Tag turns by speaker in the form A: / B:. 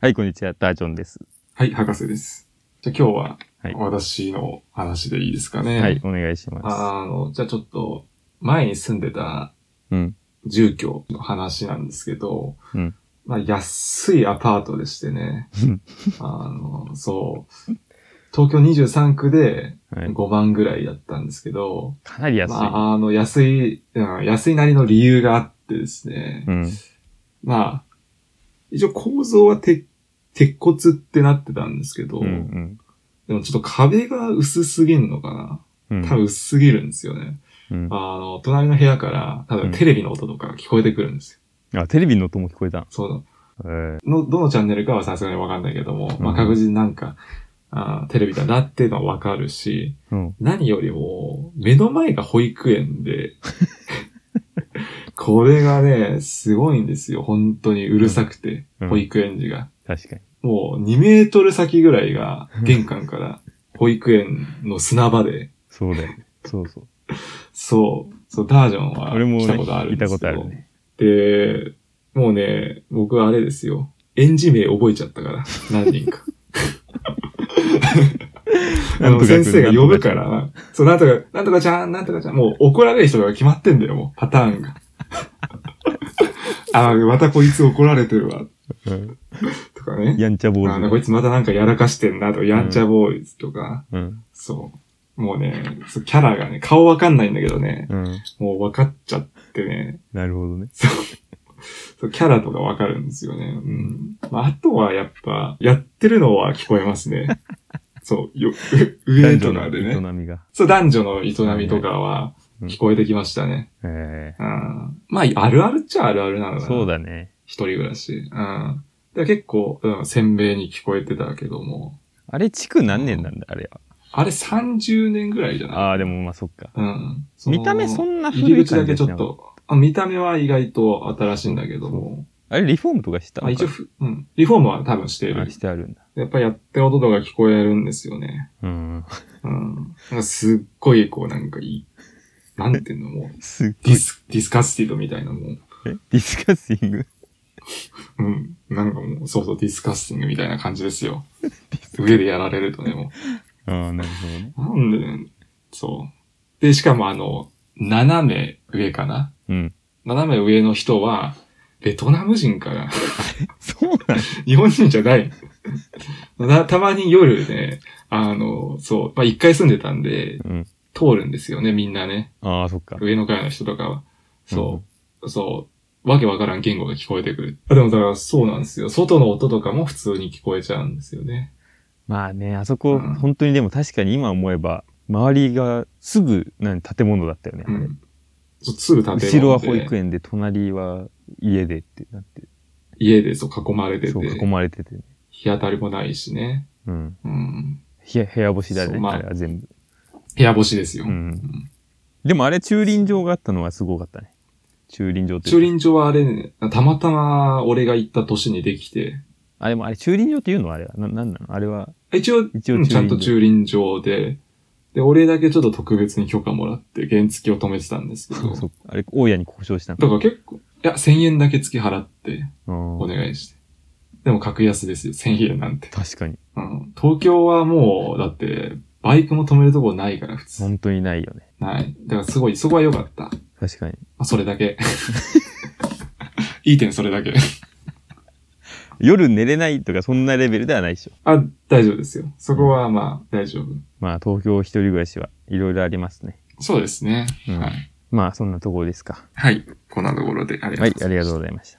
A: はい、こんにちは。ダージョンです。
B: はい、博士です。じゃあ今日は
A: はい、
B: 私の話でいいですかね。
A: はい、お願いします。
B: あの、じゃあちょっと、前に住んでた
A: うん。
B: 住居の話なんですけど、
A: うん
B: まあ、安いアパートでしてね
A: うん、
B: あの、そう、東京23区で
A: はい、
B: 5万ぐらいだったんですけど、
A: かなり安い。
B: まあ、あの、安い、うん安いなりの理由があってですね、
A: うん。
B: まあ、一応構造は鉄、鉄骨ってなってたんですけど、
A: うん。うん
B: でもちょっと壁が薄すぎんのか
A: う。
B: なん多分薄すぎるんですよね。
A: うん
B: あの、隣の部屋から、多分テレビの音とか聞こえてくるんですよ。
A: あ、テレビの音も聞こえた。
B: そう
A: えー
B: の、どのチャンネルかはさすがにわかんないけども、まあ
A: うん
B: 確実になんか、あーテレビだなっていうのはわかるし、
A: うん。
B: 何よりも、目の前が保育園で、これがね、すごいんですよ。本当にうるさくて、
A: うん
B: 保育園児が。
A: 確かに。
B: もう2メートル先ぐらいが、玄関から、保育園の砂場で、
A: そうだよね。そうそう。
B: そう。そう、ダージョンは
A: 俺もね、
B: 来たことある
A: 聞
B: ん
A: い
B: で
A: た
B: す
A: こ
B: け
A: と
B: ど。
A: あるね。
B: で、もうね、僕はあれですよ。園児名覚えちゃったから、何人か。あ
A: なん
B: の、
A: とか君
B: 先生が呼ぶか
A: な
B: ら、そう、なんとか、なんとかちゃん、なんとかちゃん、もう怒られる人が決まってんだよ、もう、パターンが。 あーまたこいつ怒られてるわ、
A: うん
B: とかね。
A: やんちゃ坊
B: あーこ
A: 主
B: いつまたなんかやらかしてんな、とか、やんちゃボーイズとか、
A: だ。うん。
B: そう。もうね、そうキャラがね、顔わかんないんだけどね、
A: うん。
B: もう分かっちゃってね、
A: なるほどね。
B: そう、キャラとかわかるんですよね。うん。まあ、あとはやっぱ、やってるのは聞こえま すね。そう、よ、う上とかでね。
A: 営みが。
B: そう、男女の営みとかは
A: うん
B: 聞こえてきましたね。
A: え
B: うん。まあ、あるあるっちゃあるあるな
A: ー
B: のかな。
A: そうだね。
B: 一人暮らし。うん。で結構、うん、鮮明に聞こえてたけども。
A: あれ、地区何年なんだ、あれは。
B: あれ30年ぐらいじゃない
A: ああ、でもまあそっか。
B: うん。その
A: 見た目そんな
B: 入
A: 古
B: り
A: い
B: 口だ
A: 感じ
B: け
A: は
B: ち
A: し
B: ょ
A: な
B: っ
A: かった。
B: と、あ見た目は意外と新しいんだけども。
A: あれ、リフォームとかしたの
B: あ
A: か
B: 一応ふ、うん。リフォームは多分してる
A: あ、してあるんだ。
B: やっぱやってる音とか聞こえるんですよね。
A: うん。
B: うん。なんかすっごい、こう、なんかいい。なんていうのもう、
A: すっご
B: ディ
A: い。
B: ス、ディスカスティドみたいなもん。
A: えディスカッシング
B: うん。なんかもう、そうそう、ディスカスティングみたいな感じですよ。上でやられるとね、も
A: ああ、なるほどね。
B: う。なんで、そう。で、しかもあの、斜め上かな
A: うん。
B: 斜め上の人は、ベトナム人かな
A: そうなんだ。
B: 日本人じゃない。なたまに夜ね、あの、そう、まあ、一回住んでたんで、
A: うん。
B: 通るんですよね、みんなね。
A: ああ、そっか。
B: 上の階の人とかは。そう、そう、わけわからん言語が聞こえてくる。あでもだからそうなんですよ。外の音とかも普通に聞こえちゃうんですよね。
A: まあね、あそこ、
B: うん
A: 本当にでも確かに今思えば、周りがすぐ、何、建物だったよね。
B: う
A: あれ
B: ん。そうすぐ建物で
A: 後ろは保育園で、隣は家でってなって、
B: 家でそう囲まれて
A: そう囲
B: て、
A: まれててね。
B: 日当たりもないしね。
A: うん。
B: うん。
A: 部屋、部屋干しだ
B: そ
A: ね
B: う、まあ
A: あれは全部。
B: 部屋干しですよ。
A: うん。でもあれ、駐輪場があったのはすごかったね。駐輪場って。
B: 駐輪場はあれね、たまたま俺が行った年にできて、
A: あ、でもあれ、駐輪場っていうのはあれは、な、なんなのあれは、
B: 一応、
A: 一応
B: うんちゃんと
A: 駐
B: 駐輪場で、で、俺だけちょっと特別に許可もらって原付を止めてたんですけど、
A: そうあれ、大家に交渉した
B: だ
A: の。
B: から結構、いや、1000円だけ月払って、
A: うん
B: お願いして。でも格安ですよ、1000円なんて。
A: 確かに。
B: うん。東京はもう、だって、バイクも止めるとこないから、普通。
A: 本当にないよね。
B: ない。だからすごい、そこは良かった。
A: 確かに。
B: あ、それだけ。 いい点、それだけ。
A: 夜寝れないとか、そんなレベルではないでしょ。
B: あ、大丈夫ですよ。そこは、まあ、大丈夫。
A: まあ、東京一人暮らしはいろいろありますね。
B: そうですね。
A: うん
B: はい。
A: まあ、そんなところですか。
B: はい。こんなところで、ありが
A: は
B: とうございま
A: い
B: す。、
A: ありがとうございました。